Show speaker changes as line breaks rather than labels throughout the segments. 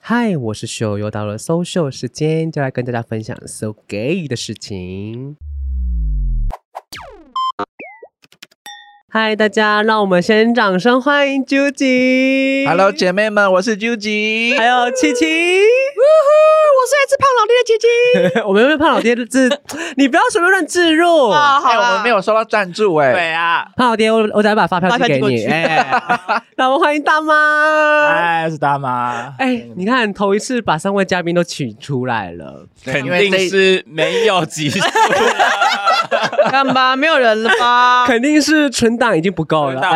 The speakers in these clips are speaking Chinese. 嗨，我是秀，又到了搜秀时间，就来跟大家分享 so gay 的事情。嗨，大家，让我们先掌声欢迎 Judy。
Hello，姐妹们，我是 Judy。
还有琪琪，
我是来自胖老爹的姐姐。
我们被胖老爹 的自，你不要随便乱置入。
啊，好
哎，
啦
我们没有收到赞助哎。
对啊，
胖老爹，我我等下把发票
发
寄
票
给
寄过
你。
去
哎，那我们欢迎大妈。
嗨，我是大妈。
哎，你看，头一次把三位嘉宾都请出来了。
对
肯
因为这
定是没 有集数，
干吧，没有人了 吧？
肯定是存档已经不够了，
啊存档啊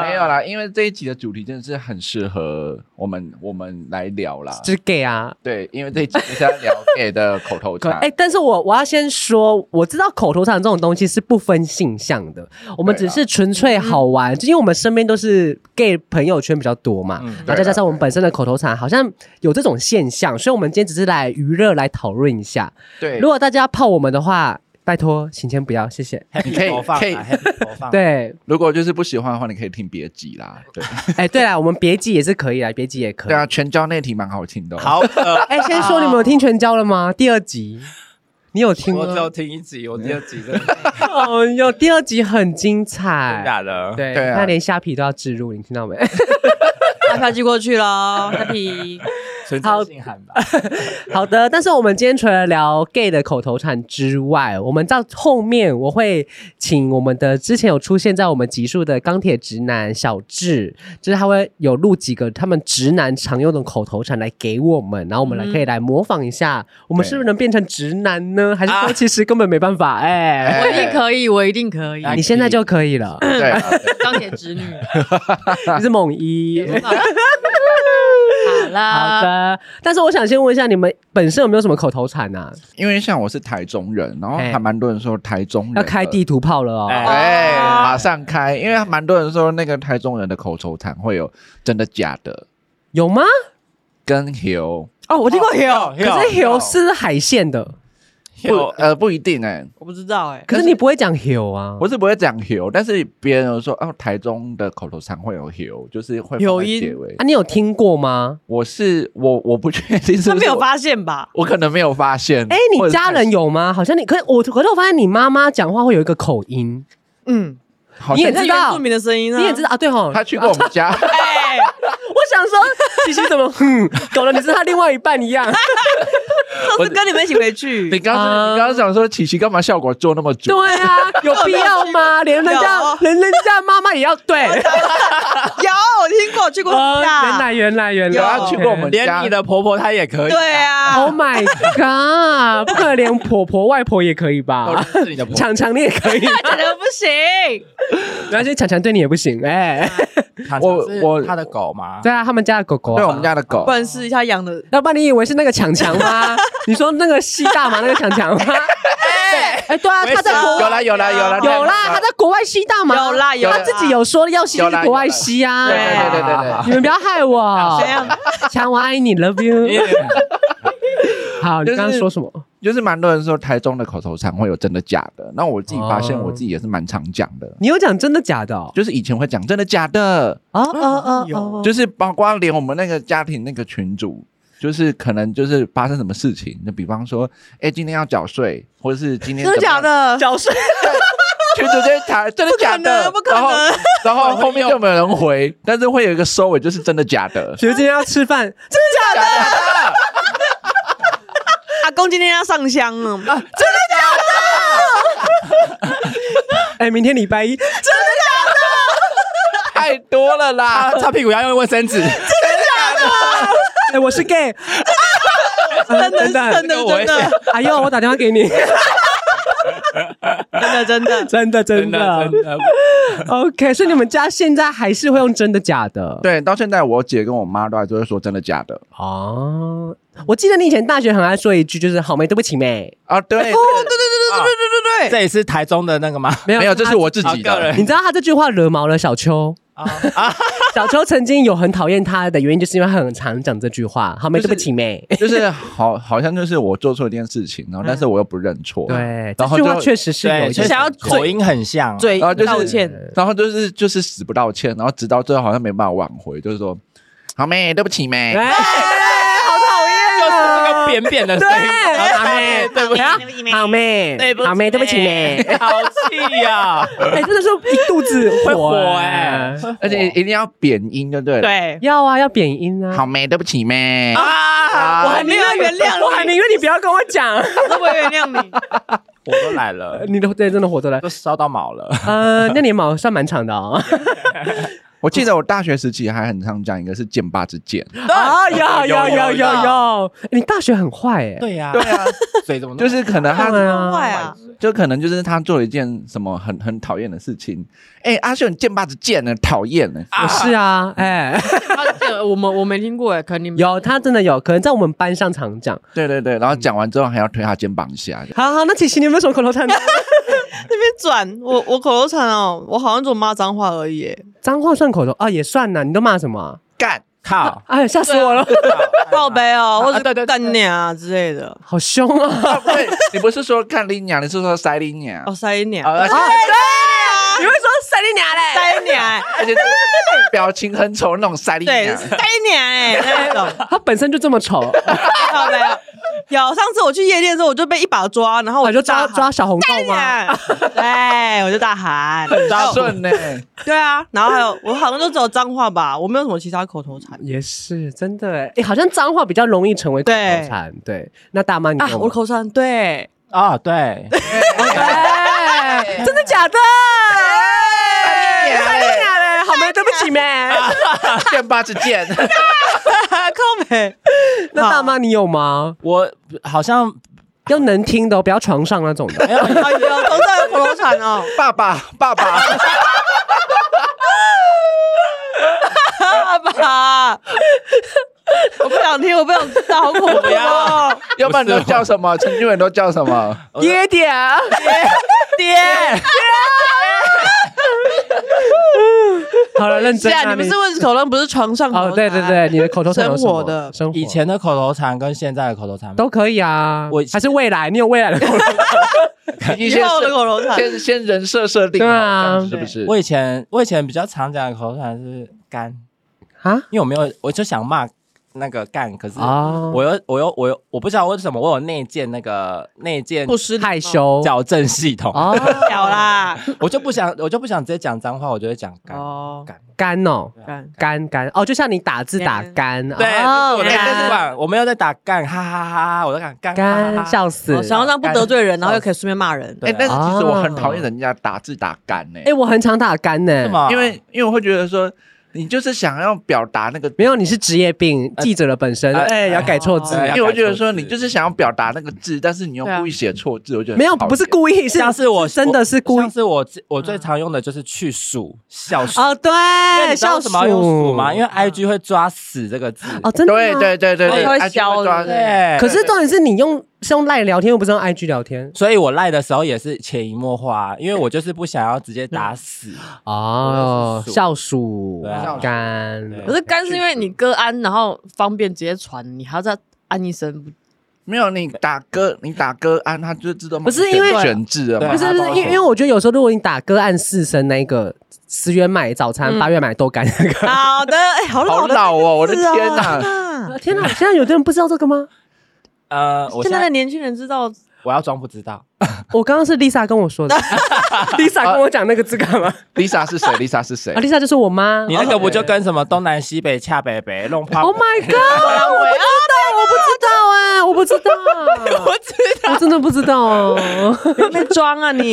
哎，
没有啦，因为这一集的主题真的是很适合我们我们来聊啦。
就是 gay 啊。
对，因为这一集就是要聊 gay 的口头
可
禅。
哎、但是我我要先说，我知道口头禅这种东西是不分性向的，我们
对
只
啊
是纯粹好玩，就因为我们身边都是 gay 朋友圈比较多嘛，
嗯
然后
对
再
啊
加上我们本身的口头禅好像有这种现象，所以我们今天只是来娱乐来讨论一下。
对
如，果大家泡我们的话，拜托请先不要，谢谢。
你
可以
投放啊，
可以
happy 投放。，
对，
如果就是不喜欢的话，你可以听别集啦。 对，
哎、对了，我们别记也是可以啦，别记也可以。
对啊，全交那题蛮好听的哦。
好呃恶。
哎、先说你们有听全交了吗？第二集，你有听
我只有
吗？
听一集，我第二集真的真的
哦，有第二集很精彩。
假的。
对，
对啊
那连虾皮都要置入，你听到没？
发票寄过去喽，哈皮。
纯正性寒吧。
好的，但是我们今天除了聊 gay 的口头禅之外，我们到后面我会请我们的之前有出现在我们集数的钢铁直男小智，就是他会有录几个他们直男常用的口头禅来给我们，然后我们来可以来模仿一下，我们是不是能变成直男呢？还是说
啊
其实根本没办法？哎、
我一定可以，我一定可以。
哎
你现在就可以了，
对啊，对
钢铁直女。
你是猛一。
好
好
啦，
的，但是我想先问一下，你们本身有没有什么口头禅啊？
因为像我是台中人，然后
哎
还蛮多人说台中人
要开
地。
地图炮了哦。
哎
哎，
哦
马上开，因为蛮多人说那个台中人的口头禅会有真的假的
有吗？
跟 hill
哦，我听过
hill，
可是 hill
hill
是海鲜的，
不
有
呃不一定哎，
我不知道哎，
可是你不会讲 hill 啊。
我是不会讲 hill，但是别人有说哦台中的口头禅会有 hill，就是会
有
放在
音
结尾
啊，。你有听过吗？
我是我我不确定是
他
不
没
是
有
我，
发现吧？
我可能没嗯有发现。
哎，
或
你
者是
家人有吗？好像你，可是我，可是我发现你妈妈讲话会有一个口音，
嗯，
好
你也
像
知道
是原住民的声音啊，
你也知道啊？对吼，
他去过我们 家，
哎。
我想说，琪琪怎么哼，搞得你是他另外一半一样。
上次跟你们一起回去
你，刚
啊
刚你刚刚想说琪琪干嘛效果做那么足？
对啊，有必要吗？连人家
有
连人家妈妈也要对。
有我听过，去过
哦原
呀。
来原来原
有
来，
啊
去过我们家
连你的婆婆她也可以。
对啊
Oh，my god！不可 能连婆婆、外婆也可以
都
吧？
是你的婆婆。
强强你也可以，
真的不行。
而且强强对你也不行哎。
我我
她的狗吗？
对啊，他们家的狗狗啊，
对我们家的狗
不，然试一下养的，
要不然你以为是那个强强吗？你说那个吸大麻那个强强吗？哎哎，对啊，他在国
有啦有啦有啦
有啦，他在国外吸大麻，
有啦有啦
他自己有说要吸
有
去
啦
国外吸啊。
对对对对对
你们不要害我
怎，样？
强我爱你，love you。好，你
就是
刚刚说什么？
就是蛮多人说台中的口头禅会有真的假的，那我自己发现
哦
我自己也是蛮常讲的，
你有讲真的假的哦？
就是以前会讲真的假的，
哦
嗯
哦哦
有
哦，
就是包括连我们那个家庭那个群主，就是可能就是发生什么事情，就比方说，哎、今天要缴税，或者是今天
真的假
怎么样，
的？
小睡。，
群主就查真的假的，
不可能不可能
然后然后后面就没有人回，但是会有一个收尾，就是真的假的
学今天要吃饭，真
假的，
阿公今天要上香了，
哎，明天礼拜一，真
太多了啦
啊
她，擦屁股要用卫生纸。
哎，我是 gay，啊
真的是真的
这个我
真
也
的
哎呦，我打电话给 你，
真的真 的，
真的 真的
真的真的，
，OK，所以你们家现在还是会用真的假的？
对，到现在我姐跟我妈都还都会说真的假的
哦，我记得你以前大学很爱说一句，就是“好妹，对不起妹
啊，
哦
对，
对对对对对对
这也是台中的那个吗？”，
没有
没有，这是。我自
啊
己
个
的
人。
你知道他这句话惹毛了小秋，
啊，
小秋曾经有很讨厌他的原因，就是因为他很常讲这句话，“好妹，对
就是
不起妹
就是好，好像就是我做错一件事情，然后但是我又不认”。错，
嗯对，这
然后
句话
就
确实是有
对，
一
就
点
想要口音很像。
嘴
然后就是
道歉，
然后就是就是死不道歉，然后直到最后好像没办法挽回，就是说，好妹，对不起妹，
哎
扁扁的声音，
对
然后他妹，对不起，
好妹
好妹，
对不起
好妹，对不起妹，
好气啊呀，
哎，真的是一肚子
会火
火
哎，
而且一定要扁音，就对了。，
对，
要啊，要扁音啊。
好妹，对不起妹。
啊，
我还没有要原谅你
我还宁愿你不要跟我讲，
都不会原谅你。
火都来了，
你的对真的火得 来。
都烧到毛了。
呃，那你毛算蛮长的哦。
我记得我大学时期还很常讲一个是剑拔之剑，
啊，有有有有
有
有，哎你大学很坏哎。
对呀，对啊呀，嘴怎么那
就
么
是可能他
对啊
坏啊，
就可能就是他做了一件什么很很讨厌的事情，哎、阿秀你剑拔子剑呢，讨厌呢。
我是啊，哎，
我们我没听过哎，可能你们
有他真的有，可能在我们班上常讲。
对对对，然
嗯
后讲完之后还要推他肩膀一下，
好好，那其实你有没有什么口头禅呢？
那边转，我我口头禅哦，我好像只骂脏话而已耶。
脏话算口头啊，也算呐。你都骂什么啊？
干
靠？
哎，吓死我了，
靠背哦，或
啊对对
者
对
干娘啊之类的。
好凶啊！
啊！不 对，你不是说干林娘，你是说塞林娘
哦，，塞娘，
好了，
你会说谁你娘嘞？
塞娘，欸
而且表情很丑那种塞林
对，
娘。
塞娘哎，那种。
他本身就这么丑，
靠背哦有上次我去夜店的时候，我就被一把抓，然后
我
我
啊就抓
大喊
抓小红豆吗？
哎 对，我就大喊，
很顺呢、
对啊，然后还有我好像就只有脏话吧，我没有什么其他口头禅。
也是真的哎、欸，好像脏话比较容易成为口头禅。对，那大妈你有
啊
吗、，
我口头禅对，
啊，对，
哎真的假的？
哎
真的假的？好没对不起没。
哎
剑拔子剑，
靠北。
那大妈你有吗？
我好像
要能听的、哦，不要床上那种 的。
没有
哎呦，头上有口头禅哦，
爸爸 爸爸，
爸爸，我不想听，我不想知道，好恐怖哦，
要不然你都叫什
哦
么？陈俊伟都叫什 么？
爹爹，
爹，
好了，认
是
真
啊，
啊。
你们是问口头禅不是床上口头
哦，
禅
对对，对，你的口头禅有什么
生活的
生活
以前的口头禅跟现在的口头禅
都可以啊。
我
还是未来，你有未来的 口头禅
你
以
先
后的口头禅，
先先人设设定
对
好，
啊
这样子是不是？
我以前我以前比较常讲的口头禅是干，
啊？
因为我没有，我就想骂那个干，可是
哦，
我又我又我又我不知道为什么我有内建那个内建
不失礼貌
害羞
矫正系统，
哦，
小啦，
我就不想我就不想直接讲脏话，我就会讲干。
哦，
干
干哦，
干
干干哦，就像你打字打干，
对，
哦
我在
干
干管，我没有在打干，哈哈哈哈，我在讲干，哈哈
干
哈
笑死
哦。想要让不得罪人，然后又可以顺便骂人，
对
哎、
啊
但是其实我很
哦
讨厌人家打字打干呢、
哎，我很常打干呢
是，吗？
因为因为我会觉得说，你就是想要表达那个，
没有，你是职业病，
呃
记者的本身，
呃
哎，要改错字
哦，
因
要
为我
改
会觉得
错
说
字
你就是想要表达那个字，但是你又
对啊
故意写错字，我觉得
没有，
很讨厌
不是故意，是
像是我
真的是故意嗯
像。是我最我最常用的就是去数笑数，
哦，
因为
对，
你知道
笑
为什么要用数吗？因
为
为 I G 会抓死这个字。
哦，真的吗
对对对对对，
哦它会
啊就
消
会抓
对不对
对，
可是重点是你用是用赖聊天，又不是用 IG 聊天
所以我赖的时候也是潜移默化，因为我就是不想要直接打死。
哦
我也是数
笑鼠
对
啊
干
对
可是干是因为你割安，然后方便直接传，你还要再按一声，
没有你打歌，你打歌按它就自动
不是因为
选字了嘛
不
对？
是不是，因为因为我觉得有时候如果你打歌按四声那一个十元买早餐，
嗯
八元买豆干那个，
好的，哎，好
好
老的
老哦，我的
字
啊
啊
哦
天哪！
哪！
天哪！现在有的人不知道这个吗？
呃，我
现
现
在
在
的年轻人知道
我要装不知道，
我刚刚是 Lisa 跟我说的，Lisa 跟我讲那个字干嘛？
Lisa 是谁？Lisa 是 谁
啊，Lisa 就是我妈。
你那个不就跟什么东南西北恰北北弄
哦
泡
Oh my god！我不知道，我不知道哎，我不知 道，我知道，我真的不知道哦。
在装啊你，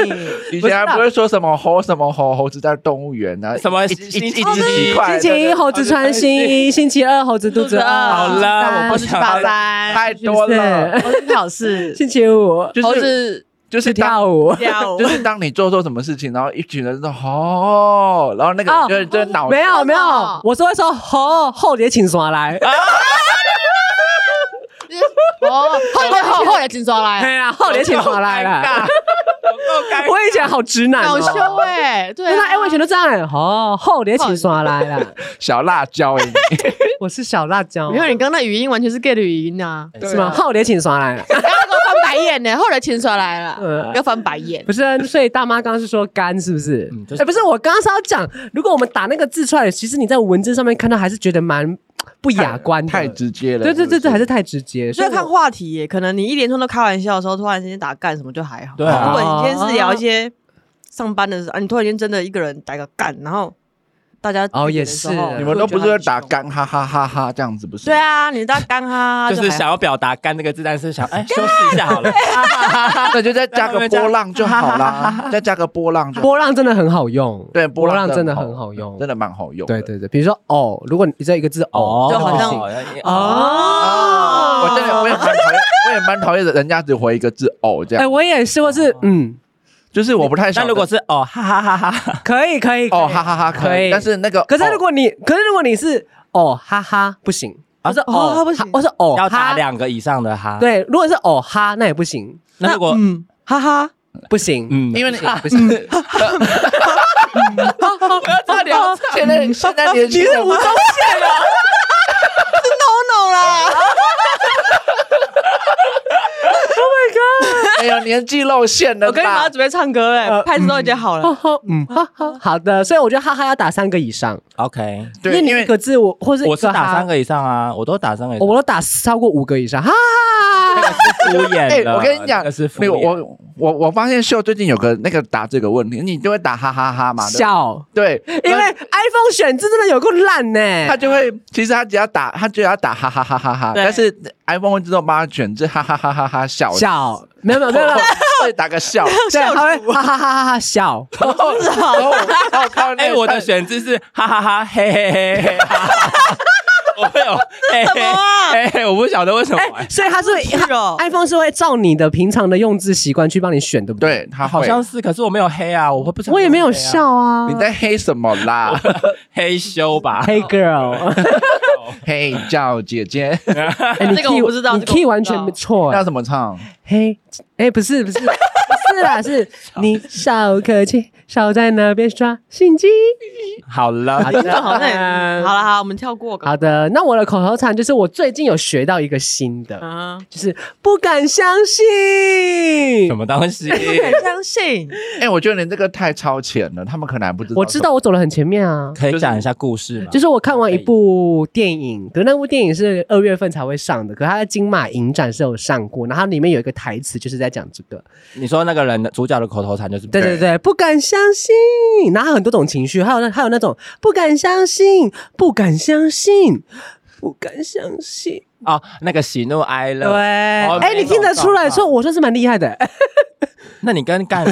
以前还不会说什么猴什么猴，猴子在动物园啊，
什么
一
星
一一
期
哦
一
一
几块？
星期一猴子穿新衣，星期二猴子肚子啊饿。
好了， 我不
我是
想
法
要。
三，
太多了，
哦
我是考试，
星期五
就
猴
是
子
就是当
跳舞。
哦
跳舞
就，是当你做错什么事情，然后一群人说哦，然后那
哦
个就是就是脑
没有没有
哦，
我是会说吼后爷请耍来。
哦，后来后后来紧抓来，
哎呀， 后爷请耍来了。
够尴尬
我以前好直男哦，
好羞哎，对
对啊，
啊，
哎，我以前都这样哎。吼后爷请耍来 了。
小辣椒哎，
我是小辣椒
没，有，你刚刚那语音完全是 gay 的语音呐，
是吗？后爷请耍来了。
啊刚刚给我翻白眼呢，后来请抓来
嗯
了，要翻白眼
不，是啊，所以大妈刚刚是说干是不是？
嗯
哎、
就是
不是，我刚刚是要讲，如果我们打那个字出来，其实你在文字上面看到还是觉得蛮不
太
雅观的
太直接了。
对对对
是不
对，还是太直接。
所以看
我
话题耶，可能你一连串都开玩笑的时候，突然间打干什么就还好。
对啊
如果你今天是聊一些上班的时候，啊，你突然间真的一个人打个干，然后大家
哦也
一个人的时候
是
你们都不是会打。
会觉得很
干哈哈哈哈这样子不是？
凶对，啊，你打干 哈，
就是想要表达“干”这个字，但是想哎休息一下好了。
那就再加个波浪就 好啦，再加个波浪就好。
波浪真的很好用，
对，
波
浪
浪真的很好用，
真的蛮好用
对
的。
对对，比如说哦，如果你只有一个字哦，
就好像
啊，
哦
我真的我也蛮讨厌，我也蛮讨厌人家只回一个字哦这
哎，
样，
我也是，或
哦
是嗯，
就是我不太想。
但如果是哦哈哈哈哈，
可以可以
哦
可以
哈哈哈可
可以
以，但是那个
可是
哦啊
如果你，可是如果你是哦哈哈不行，我是
哦哈
哦
不行
哈我是哦
要打
哈，
两个以上的哈。，
对，如果是哦哈那也不行，
那如果
嗯，哈哈，
不行，
嗯，
因为你
不行，
这
哦
聊哦现在现在年轻人
是 no no 啦，
哎呦年纪露馅 了
我跟你们
吧
要？准备唱歌
呃
哎，拍子都已经好了
哈，哈嗯哈哈， 好的，所以我觉得哈哈要打三个以上，
OK，
对，
你
因
一
为
个字我或是
我是
一哈
打三，个以上啊，我都打三个以
哦
上。
我都打超过五个以上，哈哈哈哈。
敷 衍的。
哎我跟你讲
那个是敷
那个
衍。
我我我发现秀最近有个那个打这个问题，你就会打哈哈哈嘛，对
笑，
对，
因为 iPhone 选字真的有够烂呢、
他就会，其实他只要打，他就要打哈哈哈哈哈，
对
但是 iPhone 会自动帮他选这哈哈哈哈哈笑，
笑，没有没有 没有，没有
会打个 笑，
对，他会哈哈哈哈哈笑，
然后然后然后然后看到那
哎，
个
我的选字是哈哈哈嘿嘿嘿 嘿。哈哈哈我会有嘿
什么啊
嘿嘿，我不晓得为什么
哎、
哎。
所以他是会
是哦
iPhone 是会照你的平常的用字习惯去帮你选，对不对？
对他
好
会
像是，可是我没有黑啊，我会不晓得
哎我也没有
是黑啊
笑啊，
你在黑什么 啦？
黑羞吧？
Hey girl，
黑叫姐姐，
哎你
这个我
key-
不知道
你
这个我不知
key
道
完全没错、哎
那怎么唱？
嘿，哎，不是不是不是啦，是你少客气，少在那边耍心机。
好了，
哎
这好像也 好了好了，我们跳过
好的，那我的口头禅就是我最近有学到一个新的，
嗯
啊，
就是不敢相信
什。么东 西？
不敢相信，
哎，我觉得你这个太超前了，他们可能还不知道。
我知，道我走了很前面啊，
可以讲一下故事吗？
就是是我看完一部电影，可是那部电影是二月份才会上的，可是它在金马影展是有上过，然后它里面有一个台词就是在讲这个，
你说那个人的主角的口头禅就是
对对对，不敢相信，然后很多种情绪，还有那还有那种不敢相信，不敢相信。不敢相信，
哦，那个喜怒哀
对，
乐。
哎、
哦
你听得出来，
那种
所以我算是蛮厉害的、哎
那你 跟干，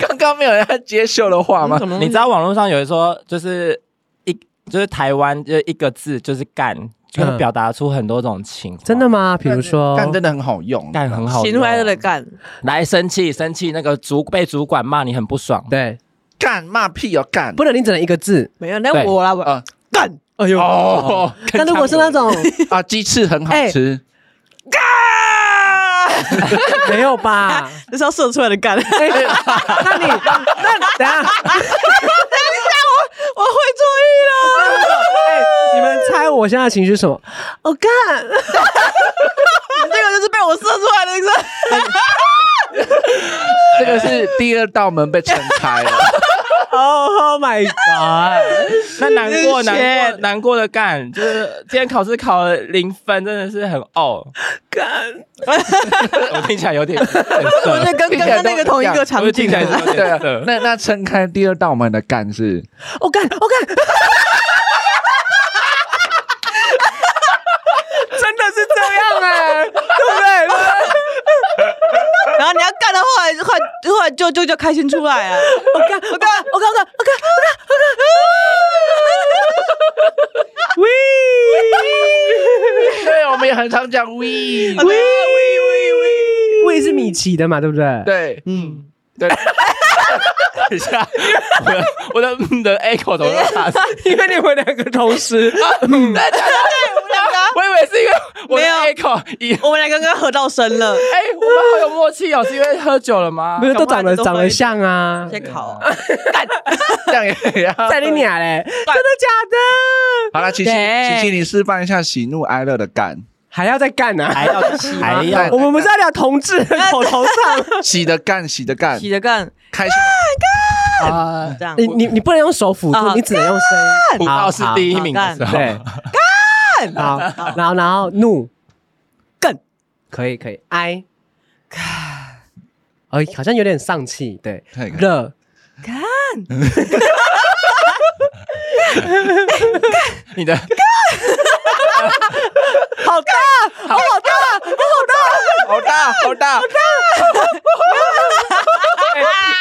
刚刚没有人在接秀的话吗？
你知道网络上有人说，就是一就是台湾就是一个字就是干，就可以表达出很多种情况。
嗯真的吗？比如说，
但真的很好用，
干很好
喜
用，
怒哀乐的干，
来生气生气，那个主被主管骂你很不爽，
对，
干骂屁哦干，
不能你只能一个字。
没有，那
对
我啦我
啊
干，
哎呦，
哦
那如果是那种
啊，鸡翅很好
哎
吃，
没有 吧？
这是要射出来的干， 我
哎那你那 等一下，
会注
哎你们猜我现在的情绪是什么？我、干，
意了，这个就是被我射出来的，是
这个是第二道门被撑开了。
哦 oh my god！
那难过
谢谢
难过难过的干，就是今天考试考了零分，真的是很哦，
干，
我听起来有点很
我
色
就跟
呃
刚
听起来
刚
都
那个同一
一样
个场
我听
景
起来是
啊，
有
对啊
点色，。
那那撑开第二道门的干是
我、哦干，我、干，真的是这样哎、对不对？对不对
然后你要干的后来后来后来就就就开心出来啊，
我干，我干，我干，我干，我干，我干，我 干。喂
对，我们也很常讲 we，
喂喂喂喂是米奇的嘛，对不对？
对，
嗯，
对，
等一下，我的我的嗯的 echo 怎么那么大声？
因为你们两个同时，
我们两个
我以为是因为我
没
的
有
echo 以
我们两个刚刚合到声了，
哎、我们好有默契哦，是因为喝酒了吗
没？有都
搞
长
不好
得
你都
长得
会
像啊。
先考
这样也 要。
在你俩嘞，真的假的？
好了，琪琪，
对
琪琪，你示范一下喜怒哀乐 的干，
还要再干呢、啊
还 要还要
要
我们 不是要聊同志的口头上，
喜的干，喜的 干，
洗着干，
开心的
啊，
这样
你你你不能用手辅助，
啊
你只能用声
不
音。
到
好
是第一名的时
好
候，
对，
干
好，然后然后怒
更
可以可以哀，哎，好像有点丧气，对，
可以可以
热
干
你的
好大，我好大，
好大好大，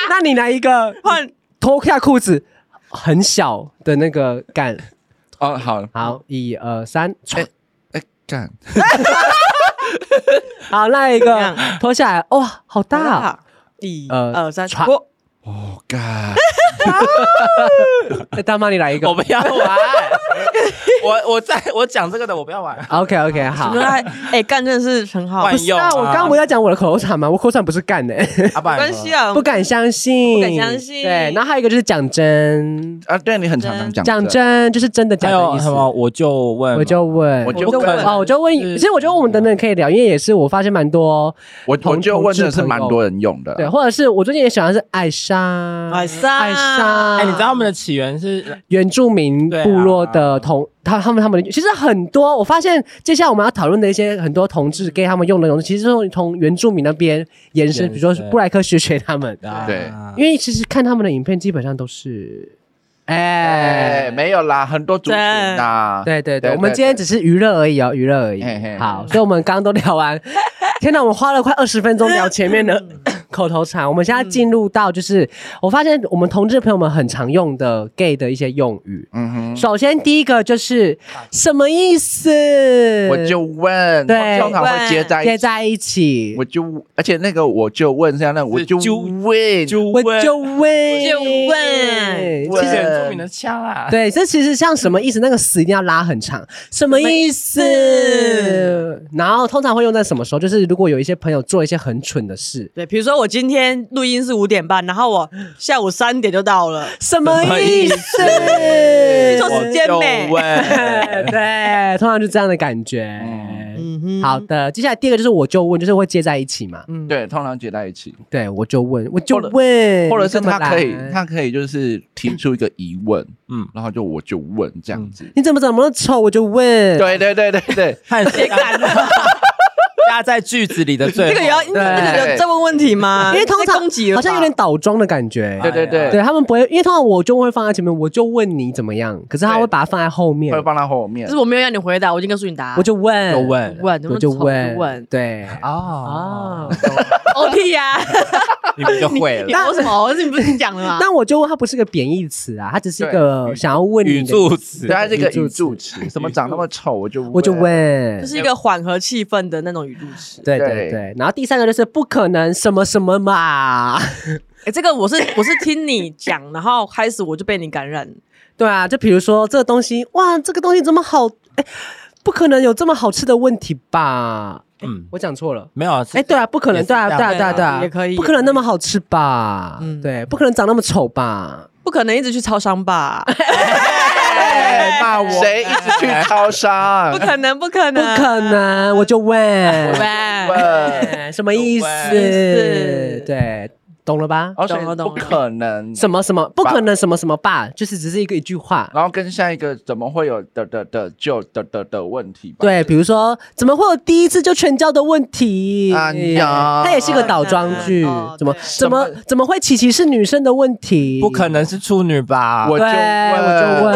那你来一个
换
脱下裤子很小的那个感，
哦好
好，一二三，唰
哎干，
好，那一
怎
个
样
脱下来，哇，好大哦，，
一
呃
二三，
传
我
哦干，
哎大妈你来一个
我不要玩，我我在我讲这个的我不要玩，
，OK OK，好
我。觉得还哎干真的是很好，
万
不是
用啊。
那我刚刚不是在讲我的口头禅吗？我口头禅不是干的，
阿爸
没关系啊，
不敢相信，
不敢相信
对，然后还有一个就是讲真，
啊对你很常常讲
讲
这
真就是真的
还
讲的
有
意
什
思。
么？我就问，
我就问，
我就
不可
问
哦，我就问，其实我觉得我们等等可以聊，因为也是我发现蛮多，
我我
同
就问的是蛮多
人，
人用的，
对，或者是我最近也喜欢是艾莎，
艾莎
艾莎，
哎，你知道他们的起源是
原住民部落的同
啊
他他们他们的其实很多，我发现接下来我们要讨论的一些很多同志给他们用的东西，其实是从原住民那边延伸，
延伸
比如说是布莱克学学他们，
啊
对
因为其实看他们的影片基本上都是，哎
哎，没有啦，很多族群呐，
对对对，
对
我们
对
今天只是娱乐而已哦，娱乐而已
嘿嘿。
好，所以我们刚刚都聊 完。天哪，我们花了快二十分钟聊前面的口头禅，我们现
嗯
在进入到就是，我发现我们同志朋友们很常用的 gay 的一些用语。
嗯哼，
首先第一个就是什么意思？
我就问，
对
通常会接在一
接
起，
在一起，
我就而且那个我就问这样，那我就
就
问
就
我
问
就问，
我就问
其实。
是原住民的腔啊，
对，这其实像什么意思？那个词一定要拉很长，什么意思
什？
然后通常会用在什么时候？就是如果有一些朋友做一些很蠢的事，
对，比如说我今天录音是五点半，然后我下午三点就到了，
什么意思？
什么意思
我
时间
就
呗
问，
对，通常就这样的感觉。
嗯哼，
好的，接下来第二个就是我就问，就是会接在一起嘛？
嗯，
对，通常接在一起，
对，我就问，我就
或者
问，
或者是
你
他
怎么来
可以，他可以就是提出一个疑问，
嗯，
然后就我就问这样子。
你怎么怎么那么丑？我就问，
对对对对对，
很性感，加在句子里的最
这个也要，
后
这个有在问问题
啊
吗？
因为通
在
常
攻击了吧
好像有点倒装的感觉。
对对对
对啊他们不会，因为通常我就会放在前面，我就问你怎么样，可是他
对
会把它放在后面
会，放到后面
就是。我没有让你回答，我已经告诉你答案，
我就问，
就，问
问，
我就
问
问，
问，
对。
哦
啊，
哦屁呀，
你们就会
你
了，
说什么？你不是讲 了吗？
但我就问，它不是个贬义词啊，它只是一
对
个想要问你
语
的，
助词
对，，它是一个
语
语
助
助词，怎么长那么丑，我就
我就问
这，是一个缓和气氛的那种语录词。
对对
对
对。然后第三个就是不可能什么什么嘛，
哎，这个我是我是听你讲，然后开始我就被你感染。
对啊，就比如说这个东西，哇，这个东西怎么好？哎，不可能有这么好吃的问题吧？
嗯，
我讲错了。
没有，
哎，
哎，
对啊，不可能，
也是
对啊，
这
对
样
啊，对啊，
对啊
对啊，
也可以
不可能那么好吃吧？
嗯
对，不可能长那么丑吧？
不可能一直去超商吧？
哎骂我， 谁一直去超 商？
不可能，不可
不
能，
可能，我就问，
喂，
问，哦
什么意思
什么？
意思
对，懂了吧？
而
懂了
且
懂
不
了
可能。
什么什么不可能什么什么吧，就是只是一个一句话。
然后跟下一个怎么会有的的的就的的的问题吧？
对，比如说怎么会有第一次就全教的问题？
哎呀
它也是个倒装句
哦，
怎么
对
怎么
什么
怎么会琪琪是女生的问题？
不可能是处女吧？
我
对，
就
我就问，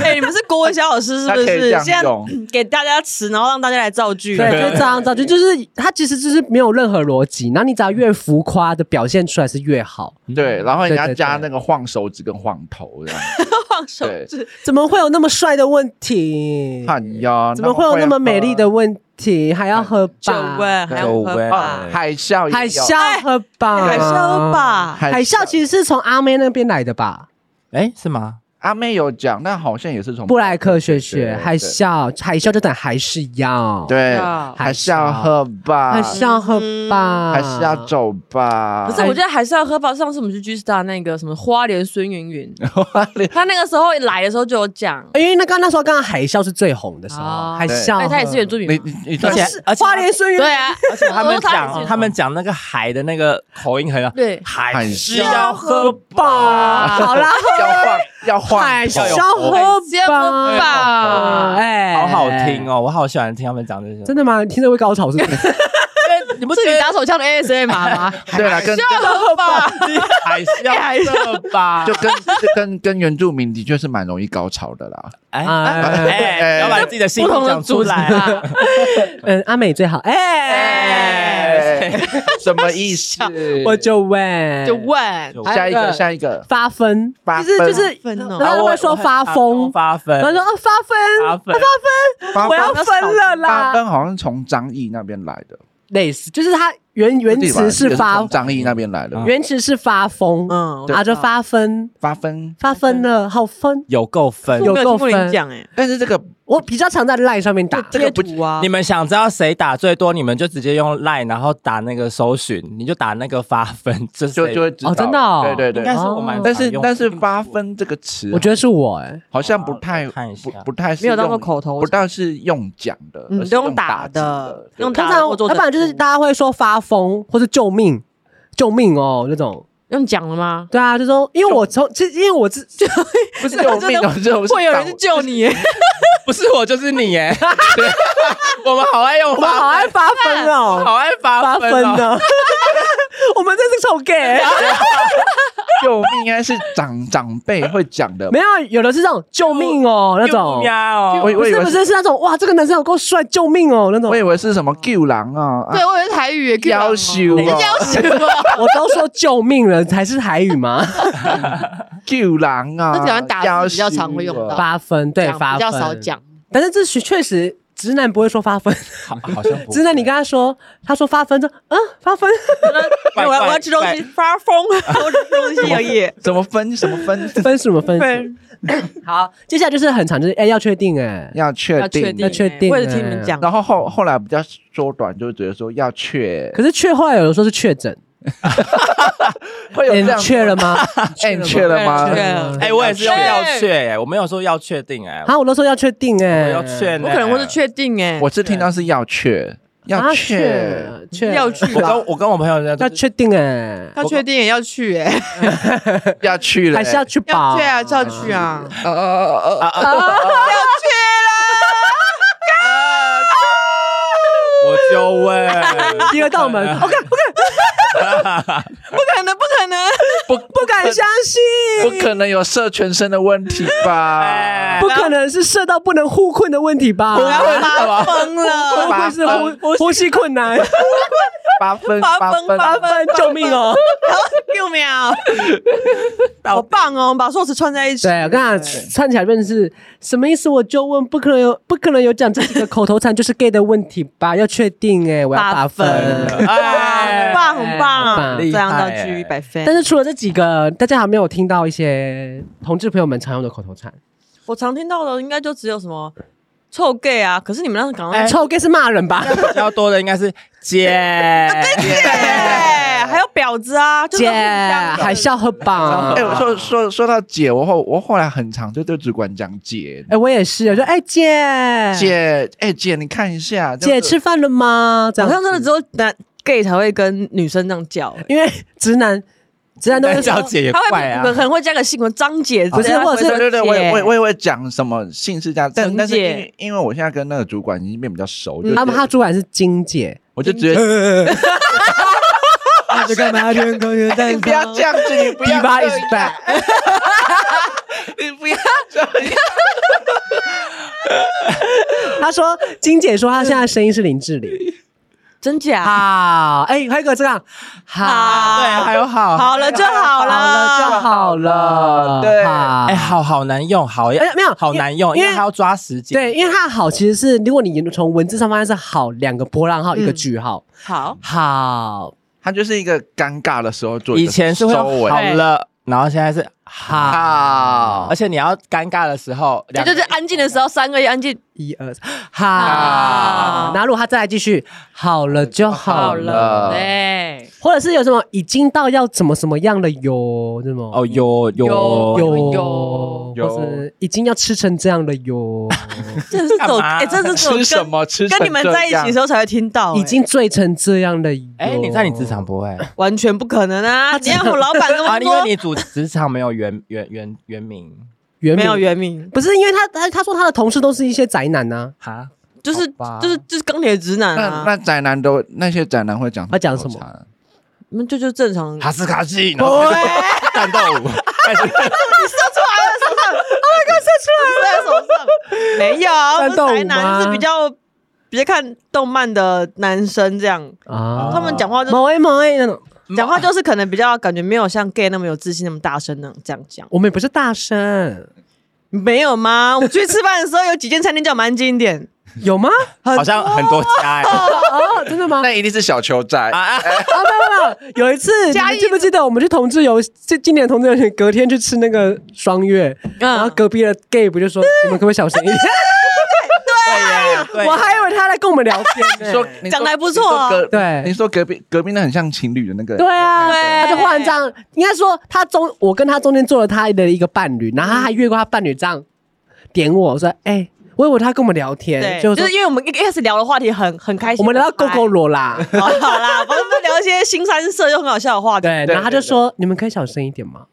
哎，你们是国文小老师是
它
不
可
是
以这？样
现在
用，
给大家词，然后让大家来造句。
对，就是这样造句，就是它其实就是没有任何逻辑，然后你只要越浮夸的表现出来是越好。
对，然后你
对
要
对
加
对
那个晃手指跟晃头这样。
放手
对
指，
怎么会有那么帅的问题？
哎呀，
怎么会有那么美丽的问题？还要喝
就
吧？
问，还有
就
喝
问
吧，
啊海啸也有？
海啸喝吧？
哎还是喝吧。
海啸其实是从阿妹那边来的吧？
哎，是吗？
阿妹有讲，那好像也是从
布莱克学学
对
海啸，海啸就等还是要，，
对，啊
啊
还是要喝吧
还，是要喝吧，
还是要走吧。
可是我觉得还是要喝吧。上次我们去 G Star 那个什么花莲孙云云，他那个时候来的时候就有讲，
因为那刚那时候刚刚海啸是最红的时候，
哦
海
对
啸
哎，
喝，
他也是原住民
你
嘛，
你你
而
突
且
然，
而且
花莲孙
对啊，
而且他们
我都打
讲
字
他们讲那个海的那个口音很好，
对
还是要喝吧。
吧，好啦，
要换要换
海
头，
啸
哎
喝吧，
吧，
哎，
好好听，哦，我好喜欢听他们讲这些。
真的吗？你听着会高潮是不是？
的，你不觉
是
得哎
你打手枪的 ASMR 吗？
对啦，跟跟
喝吧，
还是要喝吧？
就跟就跟跟原住民的确是蛮容易高潮的啦。
哎
哎
哎，要把自己的心
不同
情
的
讲出
组织
来。
啊，
嗯，阿美最好，哎，
哎，什么意思？
我就问，
就问，
就
下一个下一个
发疯，
发
就是
疯
就是，
分哦
然后他们说发疯，
发疯，
然后说啊发
发
疯，
疯，
八
我要
分
分了
八
啦，
分好像从张译那边来的，
类似就是他原原
对吧
词是
也
发啊
从，张译那边来的
嗯。
原词是发疯，
嗯，
啊就
发。
发疯，
八分，
发疯了，好疯。
有够分。
有
我没
够
有听过
分
你讲哎，
但是这个
我比较常在 line 上面打，
这个不
贴图啊
你，们想知道谁打最多，你们就直接用 Line，然后打那个搜寻，你就打那个发分，这
就就会知道
哦真的哦
对对
应
对
该。是我蛮常用的。
但是但是八分这个词，
我觉得是我哎，
好像不太
我看一下
不不太是
没有当过
用
口头
不太是用讲的，
嗯
而是
都用
用
打
字
的
的，对
用
通
打
常
的
要
或
不
做成
然就是大家会说发疯或是救命。救命哦，那种
用讲了吗？
对啊，就说因为我从其实因为我自就
不是救 命哦，这种
会有人去救你耶，
不是我就是你耶，我们好爱用
我们好
发
爱发疯
分，
哦，
好爱
发
发
疯
分哦。
呢， 我们真是臭 gay，
救命，应该是长长辈会讲的
没。有有的是这种救命哦那种，
呀哦，
我以
不
我以
是
为
不是是那种哇这个男生有够帅，救命哦那种
我，以为是什么救狼啊，啊
对，我以为是台语耶，
要羞
你要
啊，
羞啊，
我都说救命了才是台语 吗？
救狼啊，
那可能打字
要
比较常
羞
会用
啊
到
发疯对
呃讲
发
比
疯
较少讲，
但是这是确实直男不会说发疯，
好好像不
直男你跟他说他说发疯就嗯发疯。
我
怪
要我要吃东
怪
西，发疯， 我吃东西而已。
怎么分？ 什么分？
分什么分
分
什么？好，接下来就是很长，就是哎、要确定哎、
要确
要确
定
定，
要
哎
确定
我也听你们讲，
然后后后来比较缩短，就觉得说要确，
可是确后来有人说是确诊，
会有
哎
这
你
样
确了吗？
哎，你确了吗？
确了
哎，我也是用
要
要
确
确耶，我没有说要确定哎，
啊，我都说要确定
我
哎、
要确呢，
我可能会是确定哎，
我是听到是要确，
啊
要确，
确
要去
我
啊，
跟我跟我朋友在
要确定哎、
要确定也要去 哎，
要去了，
还是要去吧？
要去啊，是要去啊，
呃呃呃 呃
啊
我就问，
第二道门， 我敢
不可能，不可能，
不
不敢相信？
不可能有射全身的问题吧
哎？
不可能是射到不能呼困的问题吧？
我要发疯
会不
了，
会是呼呼吸困 难？
八分
八分
分
八
八分，救命哦！
六秒，好棒哦，把寿司串在一起，
对，我跟你讲，串起来认识什么意思？我就问，不可能有，不可能有讲这几个口头禅就是 gay 的问题吧？要确定哎、我要打分。
分
哎
哇，很棒，很
棒
棒，这样到
厉害
去一百分。
但是除了这几个，大家还没有听到一些同志朋友们常用的口头禅。
我常听到的应该就只有什么臭 gay 啊，可是你们那时港湾
臭 gay 是骂人吧？
比较多的应该是姐，
哎，还有婊子啊，就是
姐，
互相的
还笑喝吧
哎，？我说说说到姐，我后我后来很常就对主管讲姐
哎，我也是，我说哎姐，
姐，哎姐，你看一下，
姐吃饭了吗？这
好像
样，
真的只有男 gay 才会跟女生这样叫，欸
因为直男，直男都
但
是
叫
说
姐也
他
怪
会
啊
可。能会加个姓文张姐，
不是或者是
啊对对对，我也我也
我
我也会讲什么姓氏加，但
陈
但是因
姐
为因为我现在跟那个主管已经变比较熟，就
嗯他们嗯他主管是金姐，
我 就觉得
那就干嘛天空元
哎你不要这样子，你不要这
Diva
样
is back，
你不要这样，
他说金姐说她现在声音是林志玲。
真假？
好，哎，还有一个这样，嗯好，
好
对，啊还有好，
好了就好
好了就
了，
好了，
对
好
哎，好好难用，好要
哎没有
好难用，
因
因
为
为它要抓时间。
对，因为它的好其实是，如果你从文字上发现是好两个波浪号一个句号，
好，
好，
他就是一个尴尬的时候做一个
以前是会
收
用
尾
好，了，然后现在是
好，
好
而，且你要尴尬的时候，
对
两
对对，安静的时候三个月安静，
一二三，好。然后如果他再来继续，好了就好
好
了，
了
哎
对，
或者是有什么已经到要怎么什么样了哟，这种
哦有
有
有，
哟，
有
或是已经要吃成这样了 哟，
这是走
干嘛
哎，这是走
吃什么吃成
跟你们在一起的时
候，
候才会听到，哎
已经醉成这样了哟。
哦哎，你在你职场不会
完全不可能啊！你让我老板跟
啊？
我
因为
说
你主职场没有原原原原名
原
没有
名
原名，
不是因为他他他说他的同事都是一些宅男啊呐、
哈，
就是
好吧
就是就是钢铁直男
那
啊，
那宅男都那些宅男会讲
他讲什么
口才？
你们就就正常。
哈斯卡西，然后战斗 舞，
在手上没有，啊
战斗舞
是宅男
吗
就是比较比较看动漫的男生这样，
啊，
他们讲话就
某 A 某 A 那种，
讲话就是可能比较感觉没有像 gay 那么有自信那么大声那样这样讲，
我们也不是大声，
没有吗？我出去吃饭的时候有几间餐厅叫蛮经典，
有吗？
好像很多家哎。
哦，真的吗？
那一定是小球宅。
啊啊！
啊，没有没有，有一次，你
嘉
们
义
记不记得我们去同志游戏，这今年的同志游戏隔天去吃那个双月，
嗯
然后隔壁的 gay 不就 说你们可不可以小声一点？
对耶，
我还以为他来跟我们聊天
你
呢
说。你说
讲得还不错哦
你说隔
对
你说隔壁隔壁那很像情侣的那个，
对啊，他就
对
换这样，应该说他中我跟他中间做了他的一个伴侣，然后他还越过他伴侣这样点我说，哎、我以为他跟我们聊天，
对，
就
就是是
说
因为我们一开始聊的话题很很开心，
我们聊到勾
很嗨
勾罗啦，
好哦好 啦，反正就聊一些新三色又很好笑的话题。
对，然后他就说你们可以小声一点吗？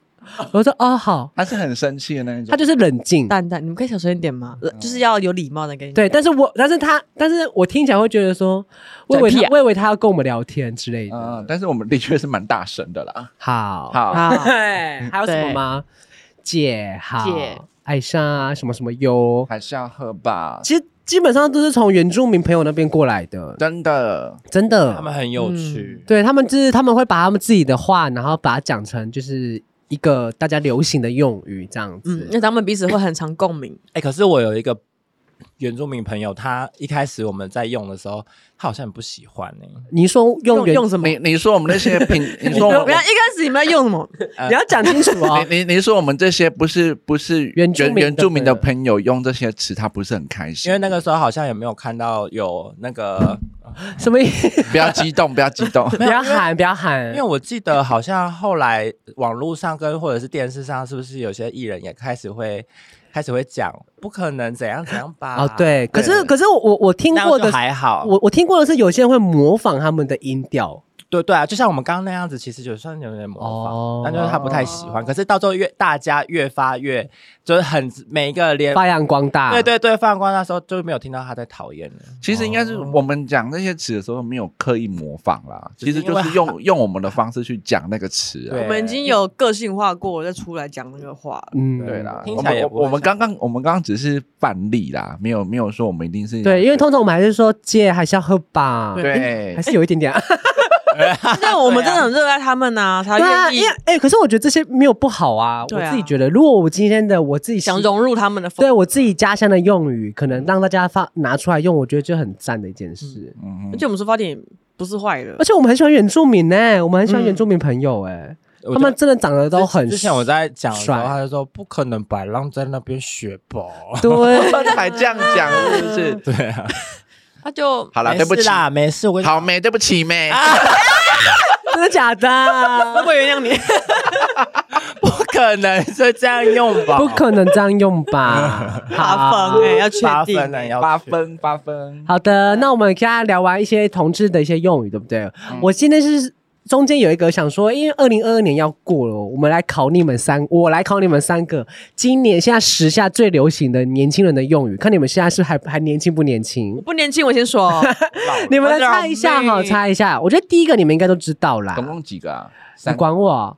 我说哦 好，
他是很生气的那一种
他。就是冷静，
蛋蛋，你们可以小声一点吗？呃就是要有礼貌的跟你。
对，但是我但是他但是我听起来会觉得说，我以为
嘴屁
他、
啊
我以为他要跟我们聊天之类的，
嗯，但是我们的确是蛮大声的啦。
好，
好，
啊，
对，还有什么吗？姐好，
姐
艾莎啊什么什么优，
还是要喝吧，
其实基本上都是从原住民朋友那边过来的，
真的。
真的，
他们很有趣，
对他们就是他们会把他们自己的话，然后把它讲成就是一个大家流行的用语这样
嗯
子，。
那他们彼此会很常共鸣。
哎、可是我有一个原住民朋友，他一开始我们在用的时候，他好像很不喜欢欸呢、
你说用原
用什么？
你
你
你说我们那些 平，你说我
不
们
要一开始你们要用什么？
你要讲清楚哦。
你你你说我们这些不是不是
原住民的
原住民的朋友用这些词，他不是很开
因
心
为。那个时候好像也没有看到有那 个，
什么意思？
不要激动，不要激动。
不要喊，不要喊
因为。我记得好像后来网络上跟或者是电视上，是不是有些艺人也开始会开始会讲不可能怎样怎样吧？
哦，对，可是可是我我我听
那
过
样就
的，
还好，
我我听过的是有些人会模仿他们的音调，
对对啊，就像我们刚刚那样子，其实就算有点模仿，
哦
但就是他不太喜欢。可是到最后越大家越发越就是很每一个连
发扬光大。
对对对，放光那时候就没有听到他在讨厌了。
其实应该是我们讲那些词的时候没有刻意模仿啦，其实就是用 用我们的方式去讲那个词啊。
对
我们已经有个性化过，再出来讲那个 话。
嗯，
对啦，
听
我
起来
们
也
我
不会
我们刚刚我们刚刚只是范例啦，没有没有说我们一定是
对，因为哎通常我们还是说姐还是要喝吧，
对
还。是有一点点。
但我们真的很热爱他们呐，他
对啊，
愿
因
意
为哎，可是我觉得这些没有不好啊，
对
我
啊
自己觉得，如果我今天的我自己
想
习
融入他们的风。
对我自己家乡的用语，可能让大家发拿出来用，我觉得就很赞的一件事。
嗯哼
而且我们出发点不是坏的
而，且我们很喜欢原住民呢、我们很喜欢
嗯
原住民朋友哎、
我
他
就
们真的长得都很
之前我在讲的时候，
帅。
他就说不可能白浪在那边雪宝
对
还这样讲是不是？
对啊，
他就
好啦，
没
对不
事
起，
啦，没事，我跟你
好妹，对不起妹。
真的假
会
的
不？会原谅你？
不可能就这样用吧？
不可能这样用吧？
八
好
分哎，要确
八
定
分呢，要
八
去
分，八
嗯
分。
好的，那我们刚才聊完一些同志的一些用语，对不对？
嗯
我今天是。中间有一个想说，因为二零二二年要过了，我们来考你们三，我来考你们三个。今年现在时下最流行的年轻人的用语，看你们现在是还还年轻不年轻？
我不年轻，我先说哦，
你们来猜一下哈，
嗯我的老妹嗯
猜一下。我觉得第一个你们应该都知道啦。
总共几个啊？
你
三
管我，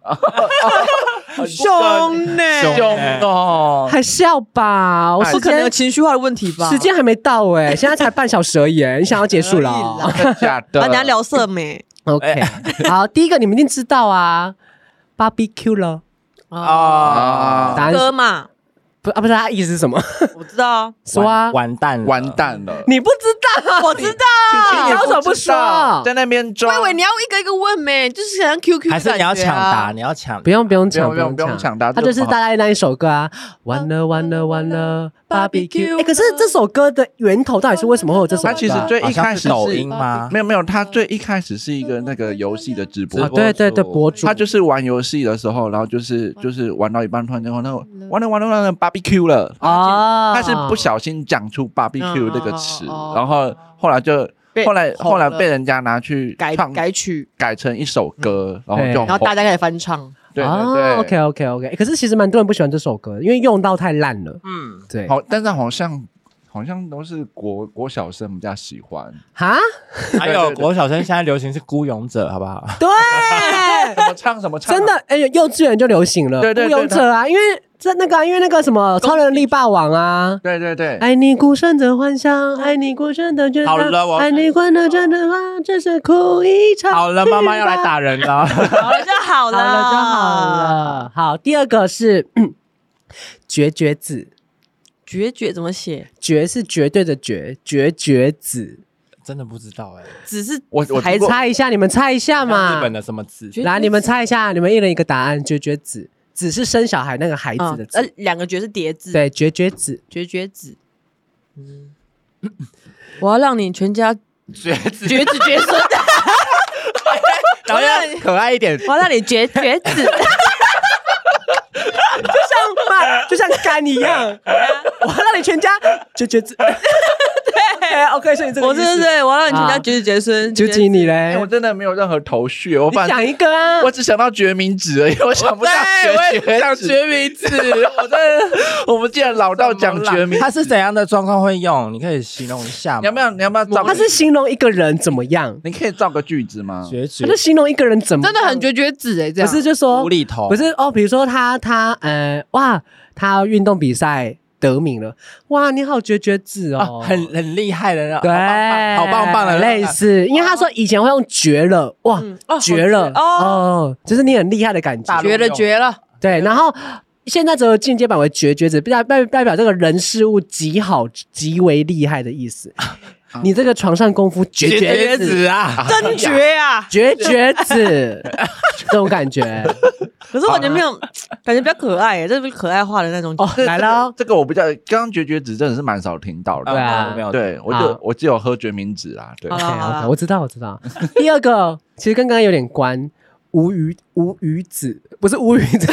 凶呢，
凶哦，
还笑吧？我
哎不
时
可能有
间
情绪化的问题吧？
时间还没到哎，现在才半小时而已，你想要结束了哦
真的假的？
把人家啊聊色美
？OK，好，第一个你们一定知道啊，BBQ 了，
啊
啊
答案是
哥嘛，
不啊，不是他意思是什 么？
我知道啊，
说啊，
完蛋了，
完蛋了。
你不知道，
我知道
你
啊。
为什么不
知道
说
在那边
我
装？
以为你要一个一个问呗，就是想像 QQ
还
的
是
感
你
觉
要
啊
抢答，你要抢
不用不用抢，
不用不用抢答
他
这
就是
不好
大概那一首歌 啊，完了完了完了
Barbecue
，barbecue。哎，可是这首歌的源头到底是为什么会有这首歌啊？
它其实最
好
一
像
开
是
始
抖
是
音吗？
没有没有，他最一开始是一个那个游戏的直播
啊，
直，播
对对对，
主
博主
他就是玩游戏的时候，然后就是就是玩到一半，突然间玩到玩了玩了玩了 barbecue 了，
啊
他是不小心讲出 barbecue 这个词，
哦
然后后来就
被
后来
红了
后来被人家拿去
改
唱
改曲，
改成一首歌，然后
对
就
然后
红
大
哦
家开始翻唱。
对
哦
对
，OK
对。
OK OK。可是其实蛮多人不喜欢这首歌，因为用到太烂了。
嗯，
对，
好，但是好像好像都是国国小生比较喜欢，
哈，
还有国小生现在流行是孤勇者，好不好？
对，
什么唱什么唱啊，
真的，哎，幼稚园就流行了，
对对对
雇佣者啊，因为这那个啊，因为那个什么超能力霸王啊。
对对对，
爱你孤身的幻想，爱你孤身的倔
好了我
强，爱你关的真的啊，只是哭一场。
好了，妈妈要来打人了。
好了就好
好
了，
了就好。了。好，第二个是 绝绝子，
决绝怎么写？
绝是绝对的绝，绝绝子。
真的不知道哎，
只是
我我
还
听过
猜一下，你们猜一下嘛。
日本的什么字？
绝
来，你们猜一下，你们一人一个答案。绝绝子，子是生小孩那个孩
啊
子的，子。
呃，两个绝是叠字，
对，绝绝子。
绝绝子。嗯，我要让你全家
绝子，
绝子绝孙，
然后要可爱一点。
我要让你绝绝子。
像嘛，就像干一样，我要让你全家绝绝子。对，OK，所以这个
我
意思
对对对，我要让你全
啊
家绝子绝 孙。
究
绝
竟你
哎
嘞
我？真的没有任何头绪，我
你
反
讲一个啊！
我只想到决明子而已，我想不到
对，
决
我也想
绝子。
学名字，我在
我们竟然老到讲决明，
它是怎样的状况会用？你可以形容一下吗？
你要不要？你要不要造？
他是形容一个人怎么样？
你可以造个句子吗？
绝
他
绝
就形容一个人怎么
真
样
的很绝绝子哎，这
不
样
是就说
无厘头？
不是哦，比如说他他呃哇，他运动比赛得名了，哇，你好绝绝子
啊
哦，，
很很厉害的那种
对，
好棒棒嗯的
类似，因为他说以前会用绝了，哇，
哦
绝了
好绝
哦，就是你很厉害的感觉
大，陆
绝了
用
绝了，
对，然后。现在只有进阶版为绝绝子，代代代表这个人事物极好、极为厉害的意思。你这个床上功夫绝
绝
绝
绝
子，
子啊！
真绝啊！
绝绝子， 这种感觉
可是我觉得没有，感觉比较可爱耶，这是可爱化的那种。
哦，来了哦，
这个我比较，刚刚决绝子真的是蛮少听到
对
的。
啊
没有，
对，我
好
就我只有喝决明子啦。对
好，
OK
啦好
OK，
啦
我知道我知道。第二个其实跟刚刚有点关，无语无语子不是无语子，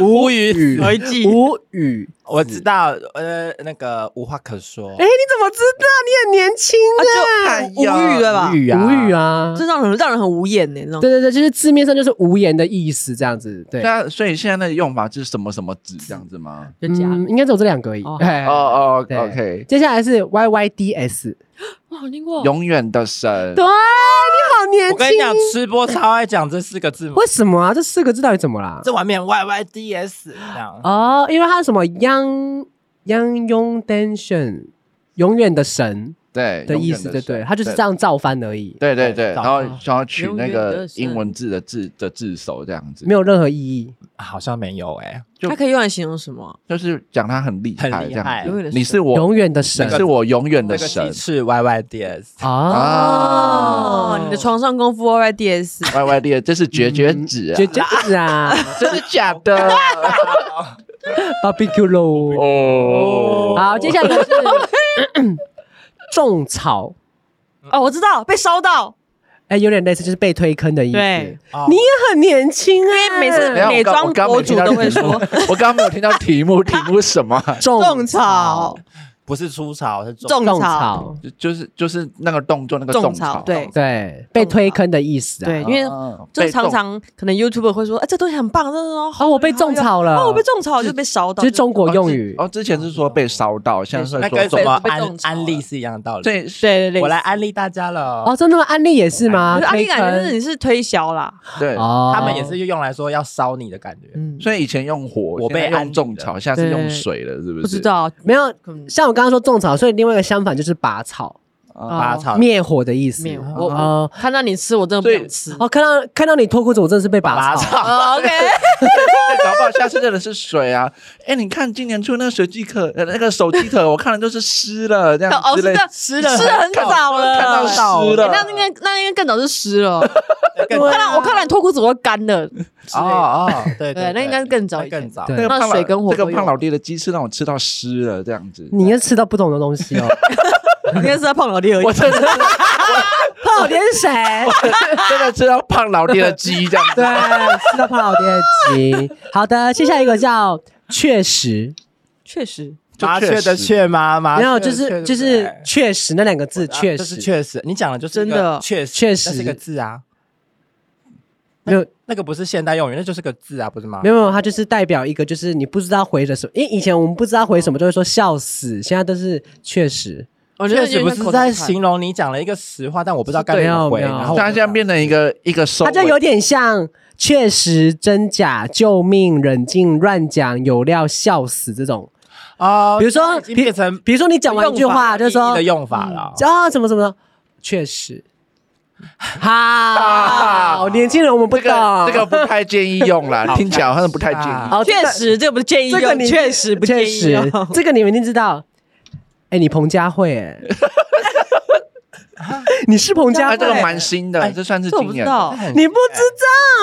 无语
回记
无语。
我知道，呃，那个无话可说。
哎，你怎么知道？你很年轻
啊就无语了吧
无？语啊，
无语啊！
这让人让人很无言呢，那种。
对对对，就是字面上就是无言的意思，这样子。对
对，啊，所以现在那个用法就是什么什么子这样子吗？
就假
嗯，应该只有这两个而已。
哦
哎
哦哦
对
，OK，
接下来是 Y Y D S，
哇，我听过
永远的神
哦对，你，好年
我跟你讲，吃播超爱讲这四个字母，
为什么啊？这四个字到底怎么啦？
这碗面 Y Y D S 这样。
哦，因为它是什么 Young Young Young Tension，永远的神
对
的意思，对对，它就是这。样造啊翻而已，
永远的神对对对，
找
然后然后取
永
那
远
个
的神
英文字的字的字首这样子
没，有任何意义。
好像没有哎、
就
它可以用来形容什么？
就是讲他很厉害
很厉
这样
害
子
永远的。神
你是我
永远的神
你是我永远
那
的
个
神
鸡翅 Y Y D S，
哦
哦，，你的床上功夫 Y D S，
，Y Y D，这
嗯
是绝绝子啊
绝，绝子啊
真的假 的？
哦
，Barbecue 喽。
哦，
好，接下来就是 种草，
哦，我知道，被烧到，
哎，有点类似，就是被推坑的意思。
对
哦
你也很年轻哎，
因为每次
等一下
美妆博主都会，
我
说
刚我刚没有听到题目我刚刚没有听到题目，题目是什么啊？
种
种草，
不是出草，是种
种
种
草，
草，
就就是就是那个动作，那个
种
种
草
草，
对
对，被推坑的意思啊。
对，因为
哦
就
被
常
动
常可能 YouTube 会说，哎，这东西很棒，这种
哦，我被种草了，
哦，我被种草就被烧到，
这是中国用语。
哦，之前是说被烧到，现在是
那
说
跟
种
什么
被被
安
种草
安利是一样的道理。
对
对对对，
我来安利大家了，
哦，真的吗？安利也是吗
可？哦是安利
推坑
感觉就是你是推销啦，
对，
哦，
他们也是用来说要烧你的感觉。
嗯，
所以以前用火，
我被
现在
安
用
利
种
的
草，现在是用
对
水了，是不是？
不知道，
没有
可能
像我刚刚说种草，所以另外一个相反就是拔草。
哦
拔草
灭火的意思。
面嗯我我
哦
看到你吃，我真的不想吃。
哦，看到看到你脱裤子，我真的是被拔
拔
草。
草，
哦 OK，
搞不好下次真的是水啊！哎，你看今年出那个水机壳，呃那个手机壳，我看了都是湿了，这样
哦
之
是
类
这。样，
湿了
是很早了，
看到湿
欸那
了，
应该那应该更早是湿了。
更
我看到我看到你脱裤子，啊我会干的。
哦哦，对
对，那应该更早
那
以前
更早
对。
那个
那
胖老
水跟火
这个
都有
胖老爹的鸡翅让我吃到湿了，这样子。
你应该吃到不同的东西哦。
应该是在胖老弟而已
我。真的是
胖老爹是谁？
真的吃到胖老爹的鸡这样子。
对，吃到胖老爹的鸡。好的，接下来一个叫确实，
确实，
就
麻
确
雀的
实
雀吗？麻
没有，就
雀的雀
是
对
就
不
是
对
确实那两个字，
啊
确
这是
实
确实，你讲的就是
真
一个
的
确实，
确
那是
实
一个字啊，
没有
那个不是现代用语，那就是个字啊，不是吗
没？有没有，它就是代表一个，就是你不知道回了什么。因为以前我们不知道回什么，就会说笑死，现在都是确实。
我觉得
确实
有
不
点像
是
口头
在
禅
形容你讲了一个实话，但我不知道该
对
怎么回，
没有没有
然后我
它现在变成一个一个收
它
尾，
就有点像确实、真假、救命、冷静、乱讲、有料、笑死这种。
哦，
比如说
已经变成
比如说你讲完一句话，就是
用
说
法有意义的用法了，
啊什么什么的，确实。
啊
好，年轻人我们不
这
懂哦
个这个不太建议用 啦，听起来好像不太建
好
议。
好，这
确
个
实这不是建议
这个
用，
你
确实不
确
建议
实
用。，
哦
这个你们一定知道。哎，你彭佳慧哎，你是彭佳
哎，
慧，
这个蛮新的，这算是
这我不
今
知
年。
道，
你不知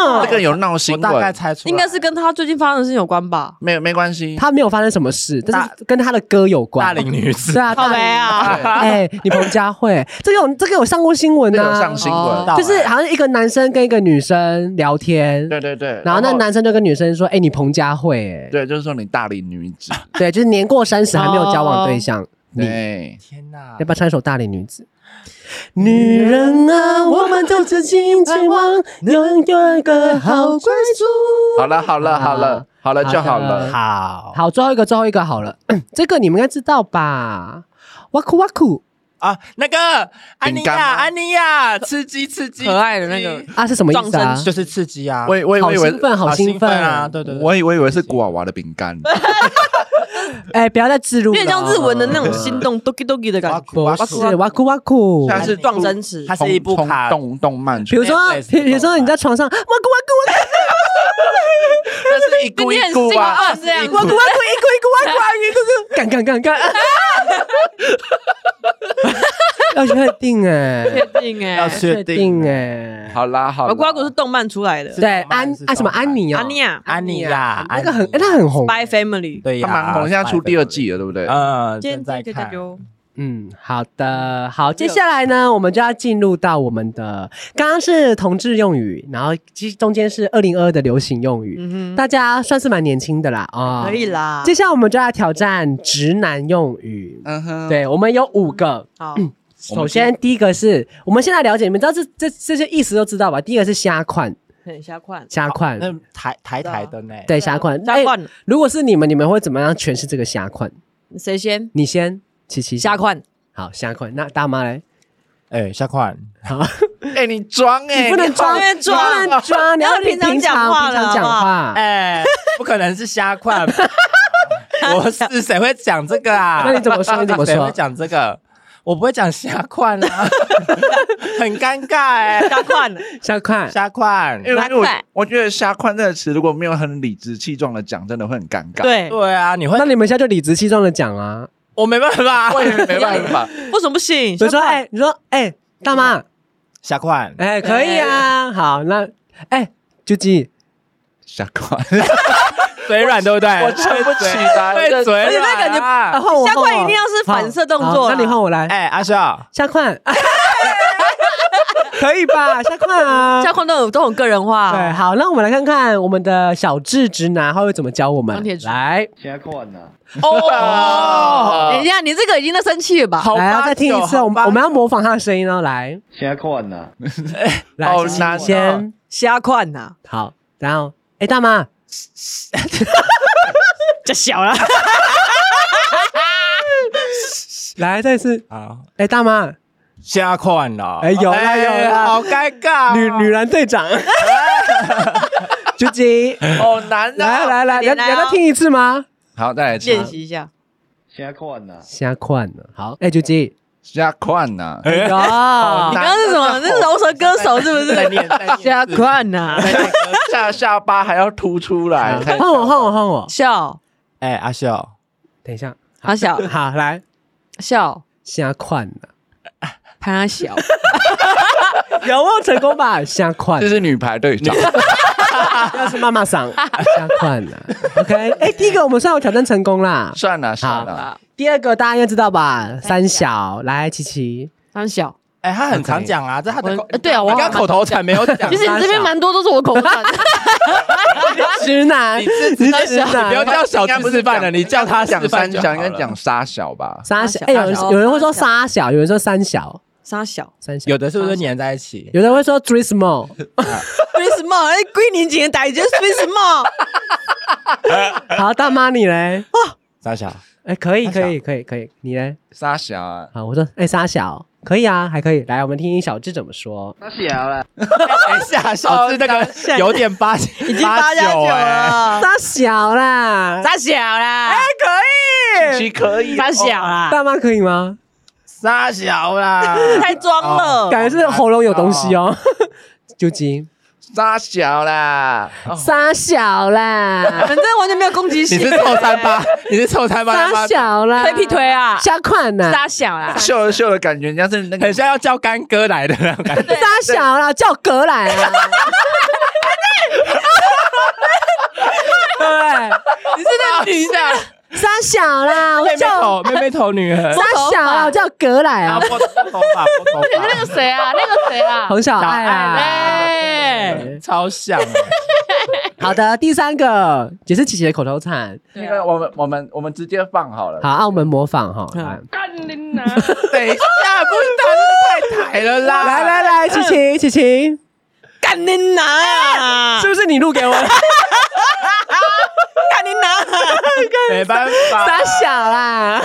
道
这个有闹新
我大概
闻，
猜出来
应该是跟他最近发生的事情有关吧？
没有没关系。
他没有发生什么事，但是跟他的歌有关。
大龄女子
对，啊，
好
大
没
龄
啊，
对
哎，你彭佳慧，这个有这个有上过新闻
这
的啊
个有上新闻，
哦
就是好像一个男生跟一个女生聊天，
对对对。
然后那男生就跟女生说：“哎，你彭佳慧，哎，
对，就是说你大龄女子，
对，就是年过三十还没有交往对
哦
象，你
对，
天哪
要，不要唱一首《大龄女子》？女人啊，我们都是尽情望，拥有一个好归宿。
好了好了好
啊
了好了就好了。
好
好，最后一个，最后一个好了，这个你们应该知道吧？哇酷哇酷
啊，那个安妮
饼干
亚，
吗
安妮亚，吃鸡吃鸡，
可爱的
吃鸡
那个
啊，是什么意思啊？
就是刺激啊，
我以我以
好
我以为
兴奋，好兴奋
啊，！对对对，
我以我以为是古娃娃的饼干，
哎，不要再自入
有
了，
点像日文的那种心动 doki doki 的感觉，
不是哇酷哇酷。
它是
撞针池
它。是一部
从
卡
动动漫
比
出来，
如说，
Netflix
比如说你在床上哇酷哇
那是一股
你很
一
兴
股啊，
奋这样
一
子
酷哇酷哇酷哇酷一酷一酷哇酷哇酷，干干干干，要确定哎，
确定哎
要，确定
定。哎。
好啦好啦，
我瓜果是动漫出来的，
对，
动漫
安
是
啊什么
动漫
安妮啊，
安妮亚
安妮亚，
那个很，哎，
安妮
他很红。
Spy Family，
哎对呀，
他蛮红，现在出第二季了，对不对？
嗯，
今
正在
天这个
看
叫。做
嗯，好的，好，接下来呢，我们就要进入到我们的，刚刚是同志用语，然后其实中间是二零二二的流行用语，
嗯
大家算是蛮年轻的啦啊，
哼，可以。啦
接。下来我们就来挑战直男用
呃
语，
嗯哼，
对我们有五个。
好，
我们
首先，第一个是我们先来了解，你们知道这这这些意思都知道吧？第一个是虾款，
很下款，
虾款，
那台台台的呢？
对虾款。
下
哎
哦款
如果是你们，你们会怎么样诠释这个虾款？
谁先？
你先，琪琪先
下款，
好，下一款。那大妈嘞？
哎，下款
哎，你装哎，
你不能装，
好会
你
装
不能装，你
要
要
平常
常
讲话
平常
了
讲
好不好
话。
哎，不可能是瞎款吧。我是谁会讲这个啊？
那你怎么说你怎么说
谁会讲这个？我不会讲瞎款啊， 很尴尬哎。
下 款，
下一款，
瞎款，
因为因为我
来
我觉得“瞎宽”这个词如果没有很理直气壮的讲，真的会很尴尬。，
对，
对啊，你会
那，你们现在就理直气壮的讲啊，
我没办法
我，也没办法。
为什么不行？
比如说，哎，你说，哎，大妈，
瞎款，
哎，可以啊，好，那，哎，啾啾，
瞎宽，
嘴软对不对？
我撑不起来
会
这
嘴软啊，
而且那感觉
啊换我，
下款
换我
一定要是反射动
好
作
好
啦
那你换我来，
哎，阿秀，
下款，可以吧？下款啊，
下款都有都很个人化，
对，好，那我们来看看我们的小智直男他会怎么教我们
钢铁。直
来，
哦， 等一下，你这个已经在生气了吧？
好
来，
八
再听一
九
次，
好
我们
八
我们要模仿他的声音哦。来，
现在看呐、
来，
好
琪琪
难哦
先
下款呐，
好，然后，哎，大妈，
这小了，
来再一次，
好，
哎，大妈，
瞎款了，
哎有啦有啦
好尴尬哦，
女女篮队 长，朱吉，
哦
好难
来
啊！
来来，你哦要
快点
你要
啊
再听一次吗？
好，再来一次
练习一下。
现在看呐、
瞎看了，好，哎，朱吉，
加宽呐，
哎呦，
你刚刚是什么？那是饶舌歌手是不
在
是？
念在
加
念字，
快呐！
在念歌
下下巴还要凸出来，
换我换我换我，
笑，
哎，阿秀，
等一下，
他笑
好来，
笑，
瞎款了，
潘他笑，
有没有成功吧？瞎款
这，是女排队长，
要是妈妈 桑，瞎款了，OK，哎，第一个我们算有挑战成功啦，
算了算了，
第二个大家应该知道吧？三小，来琪琪，
他笑。
哎，他很常讲啊，这他的口
我对啊我
你刚
好像
口头禅没有讲，
其实你这边蛮多都是我口头 禅，
直男，你是直
你不要
男。
叫小智示范了，你叫他示
讲三
范就
小，
好
应
了
该讲沙小吧？
沙小
小，
哎，有人
沙小
有人会说沙小，有人说三小，
傻笑。
三小
有，的是不是粘在一起？
有人会说 three small，
为什么？哎，几年前的代志，为什么？
好，大妈你嘞？
傻小，
哎，可以，
沙小
可以，可以，可以，你嘞？
沙小啊，
好，我说，哎，沙小，可以啊，还可以。来，我们听听小智怎么说。
等一哎下，小智那个有点八，哎已
已经八加九，啊了，哎
沙小啦，
傻笑啦，
其实可以，
傻笑啦，
大妈可以吗？
傻小 啦，
太装了。
感觉是喉咙有东西 哦。究竟
沙小啦，
沙小 啦，
反正完全没有攻击
你
性
是，臭三八，你是臭三八，
沙小啦，
推屁推 啊，
瞎款呐，
傻笑啦，
秀了秀的感觉，人家是那个
很像要叫干哥来的那种感觉。
沙小啦，叫格来 啊。 对，
你是那女 的，
沙小啦，我
妹妹
叫
头，妹妹头女 儿，
沙小啦，我叫格来
啊，
啊，
拨拨头发，拨头
而且是那个谁啊，那个谁啊，
彭小爱啊。
哎，
发，超像欸。
好的，第三个也是琪琪的口头禅，
啊
那个，我们我们我们直接放好了
好，。澳门模仿哈。来
等一下，不是他，太抬了啦！
来来来，琪琪，琪琪，
干你娘啊
啊是，不是你录给 我？
干你娘啊！
没办法，
沙小啦，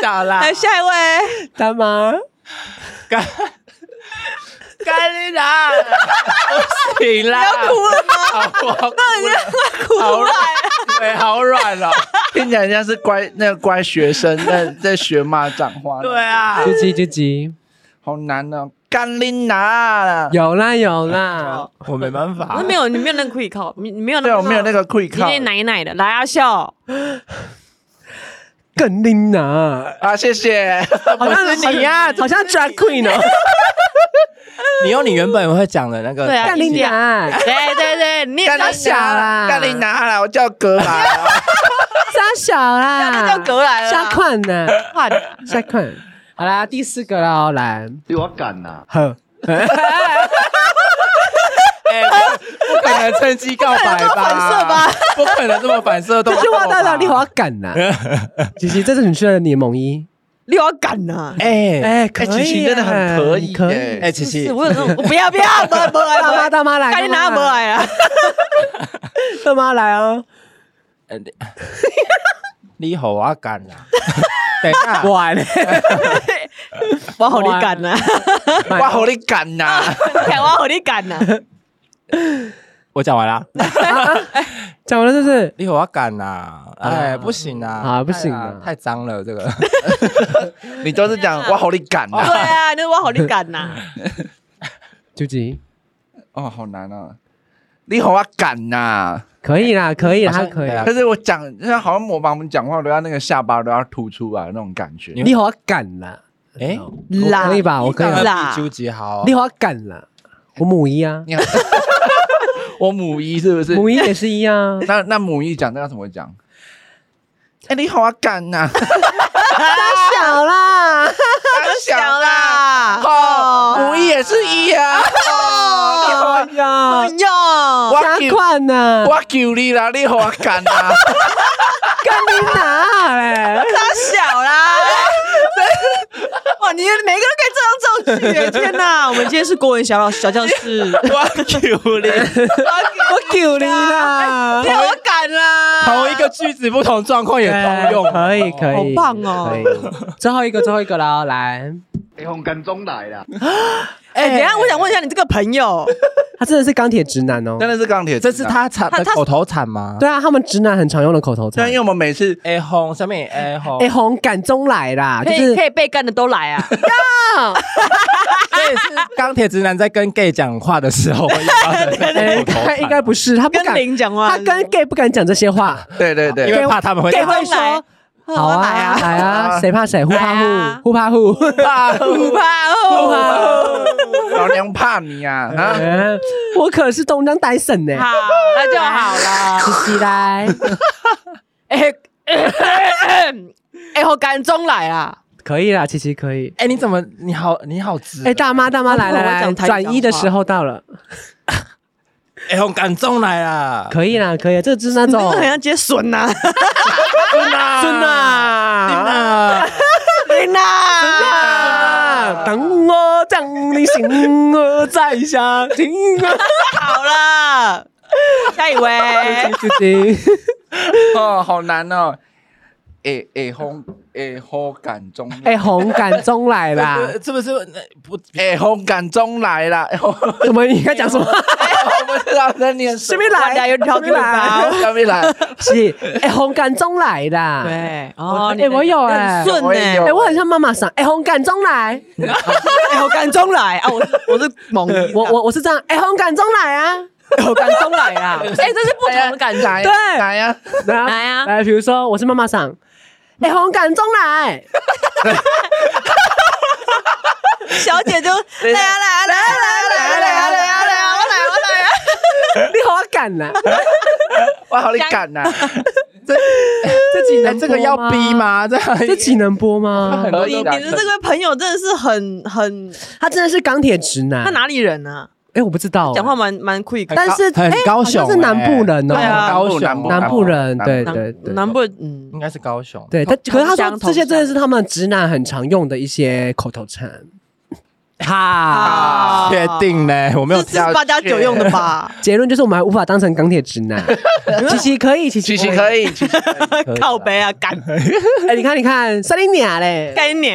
傻小啦，
来下一位，
大妈，
干干你啦，不行啦，
要哭了吗？
好我
那你要哭
好
了
软。，对，好软哦，
听起来像是乖那个乖学生在 在学骂脏话，
对，啊，
啾啾啾啾，
好难哦，甘霖拿，
有啦有啦，
我没办法
那，没有，你没有那个可以靠，你你没有那
对，
个，
我没有那个 quick
有点
call
奶奶的，来啊笑，
更拎呐，
啊，谢 谢，
好像是你啊呀，好像 drag queen 哦，
你用你原本会讲的那个，
对啊，
更拎
一定啊，
呐，
对对对，你也
甘
叫
霖
小，
小
拿，
啦
甘霖拿啦，我叫格来哦，
沙小啦，
那叫格来了
下
啦
款呢，
换啊
下款。好啦，第四个啦，哦来，
我敢呐，
呵，
哎不可能趁机告白吧？反射吧？不可能这么反射动
这
作
句
吧，
话代表你好敢呐， 琪琪，这是你去了你的梦衣，
你要敢呐，
哎
哎，可以
哎
耶，
琪琪真的很可以
可以
耶，
哎，琪琪
是，我有那种，我不要不要，不要不来
大
不
妈
来，
大妈来，
赶紧拿过，来啊，
大妈来哦，
呃你你好啊，干 啦！等一下，
哇嘞，
我好你敢呐，
我好你敢呐，
看我好你敢呐，
我讲完了。
讲完了是不是？
你好啊，干啦！哎，不行啊，
啊不行啊
啊，太脏 了这个。
你都是讲我好你敢
哦
对
呐，
啊，那我好你敢呐，
究竟
哦，好难啊，你好啊敢呐，
可以啦，可以啦，
好
他
像
可以
对。啊
可是我讲，那好像模仿我们讲话都要那个下巴都要凸出来那种感觉，
你好敢啦，
哎，
我可以吧？我可以
你
吧
刚，刚
啦
比纠结好
啊你，好敢啦，我母一啊，
你好， 我母一是不是？，
母一也是一啊
那那母一讲那要怎么讲？哎、你好啊，敢 呐、
大小啦，
小
小
啦，
啦，
哦，母一也是一啊，哦，
哎呀
哎，呦，
我
加款呐，
我求你啦，你好啊，敢呐、
跟你拿嘞，
他小啦。哇，你每个人都可以这样造句，天哪！我们今天是国文小老小教室，
我求你，
我救你啦
没，有我敢啦，
同一个句子不同状况也通用，
可以可以，
好棒哦
可以。最后一个最后一个啦，来，
你红跟中来啦，
哎、等一下，我想问一下，你这个朋友
他真的是钢铁直男哦。
真的是钢铁直
这
男，
是他产的口头禅吗？
对啊，他们直男很啊常用的口头
对，
禅
因为。我们每次
哎红上面哎红，
哎，红赶中来啦，就
可以
是
可以被干的都来啊！
这也是钢铁直男在跟 gay 讲话的时候会用到的
哎
口头
他
禅，
应该不是，他不
跟
敢，
零讲话，
他跟 gay 不敢讲这些话。
对对
因
对，
为怕他们会
gay 会
都来
说好
好
啊
来啊，
来啊，谁怕谁，互
来
怕
啊
互，互怕互，互怕
不怕哦。
老娘怕你啊！啊，
哎我可是东张戴森呢，
好，那就好了。
起来，
哎哎，哎我赶中来啊！
可以啦，琪琪可 以。
哎，你怎么你好你好直
哎，大妈大妈来
我不
来
会
来，
讲台语
转移的
讲话
时候到了，
哎红敢中来啊啦，
可以啦，可以，这就是那
真
种
的很像接笋呐，
真的
真的啊。
啊，
真的
啊！等我将你心儿摘下，啊听我
好啦，下一位
哎自己。
哦，好难哦。哎哎轰哎轰感中，
哎，红感中来 啦！
是不是呃不
哎轰感中来了，哎轰 我
怎么你该讲什么？
不知道在念什
这
么，
边来，
有挑
这边来，
还没来，
是哎，红感中来啦！，
对
哦
哦，
哎我有哎
很顺
我也有
哎，
哎，我很像妈妈桑。哎，红感中来，
哎我敢中来啊，我是我是猛一，
我我我是这样。哎，红感中来啊！
我敢中来啊，
哎，这是不同的感觉。
来
对
来哎呀，
来
来啊
来，比如说我是妈妈桑。哎，红感中来，
小姐就来啊来啊来啊来啊来啊来啊来啊来啊我来我来啊，
你好啊感啦！
我好你敢啊 呐！
这集
哎
能
这个
播
要逼？吗？这样
这集能播吗？
很多
你
都敢
你的这个朋友真的是很很，
他真的是钢铁直男。
他哪里人呢？
哎，我不知道，
讲话蛮蛮 quick，
但是
很
哎
高
好像
雄
是南部人哦，
对啊
高雄
南部
南部人，
南部
对
南
对对。
南部嗯
应。该是高雄，
对，
同
但可是他
同乡
说这些
同乡
真的是他们直男很常用的一些口头禅。哈，
啊
确定呢？我没有
这这是八加九用的吧？
结论就是我们还无法当成钢铁直 男。琪琪可以，琪琪
琪琪可 以，琪琪可以
靠背啊，干
哎，你看你看，三零秒嘞，
干你！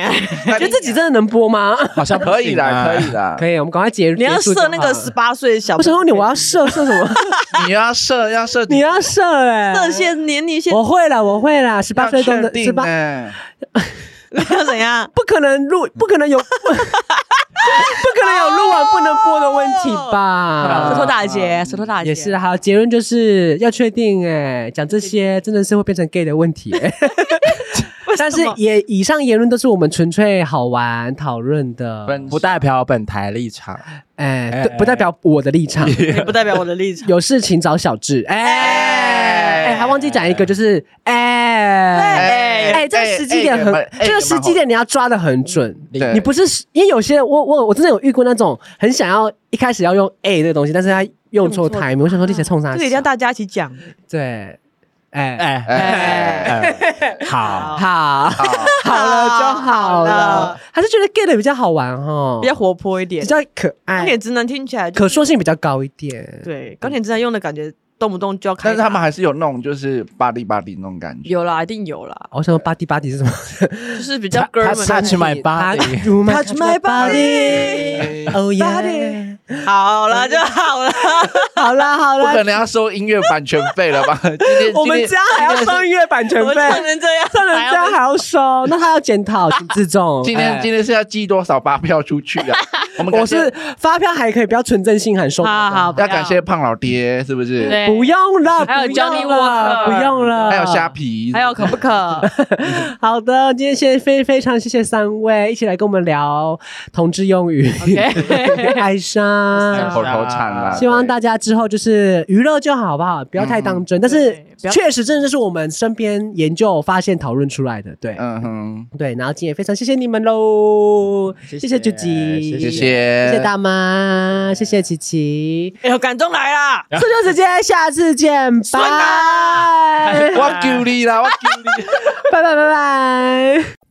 觉得这集真的能播吗？
好像不
可以
行啊
啦，可以。啦，
可以，我们赶快结。
你要
结束就
设那
好
个
了
十八岁的小
我，想说你，我要射射什么？
你要射要射，
你要射哎，
设限年龄限
我会了，我会了，十八
要
岁都
确
能，
定哎
十八
呢，
要怎样？
不可能录，不可能有，不可能有录完不能播的问题吧？
舌头打结，舌头打结
也是啊，好，结论就是要确定哎、讲这些真的是会变成 gay 的问题、欸。但是也以上言论都是我们纯粹好玩讨论的，
分
不代表本台立场，
哎、
哎
对不代表我的立场。
也不代表我 的立场。
有事情找小智，哎、哎、还忘记讲一个，就是哎。
哎，
哎，这个时机点很
哎哎，
这个时机点你要抓的很准。
嗯
对
你不是因为有些人，我我我真的有遇过那种很想要一开始要用 A 这个东西，但是他用错
用错啊
time，我想说你在冲啥
这
小？
个一定要大家一起讲。
对，哎
哎
哎
哎，好，
好，好了就好
好
了
了，
还是觉得 gay 的比较好玩哦，
比较活泼一点
比。较可
钢
爱，
铁直男听起来
哎
就
可说性比较高一点。
对，钢铁直男用的感觉，动不动就要开打。
但是他们还是有那种就是巴黎巴黎那种感觉，
有啦，一定有啦，
我想说巴蒂巴蒂 是什么
就是比较
他
哥们
他是 Touch my body
body，touch
Touch my body
oh yeah
Body。好了就好了，
好啦好
不
啦
可，能要收音乐版权费了吧？今 天
我们家还要收音乐版权
我
费
们，唱成 这样，
唱人家还要收，那他要检讨，请自重。
今天
哎
今天是要寄多少发票出去 啊？我们感
我
谢
是发票还可以，不要纯正信函收。
好好哎不
要感谢胖老爹，是不是？
对
不用了，
还有
不用
Johnny
了
Walker
不用了，
还有虾皮，
还有可 不可？
好的，今天谢非非常谢谢三位一起来跟我们聊同志用语
哎
哀
还有
伤。
口头啊禅啦。
希望大家之后就是娱乐就好，好不好？不要太当真。但是
不要
确实，真的是我们身边研究发现讨论出来的，对、
嗯哼，
对。然后今天也非常谢谢你们喽，谢
谢
谢九吉，
谢
谢
谢
谢，
谢大妈，谢谢琪琪。
哎呦，感动来啦！
这就直接下次见，拜
啊
拜
我救你啦，我救你。
拜拜拜拜。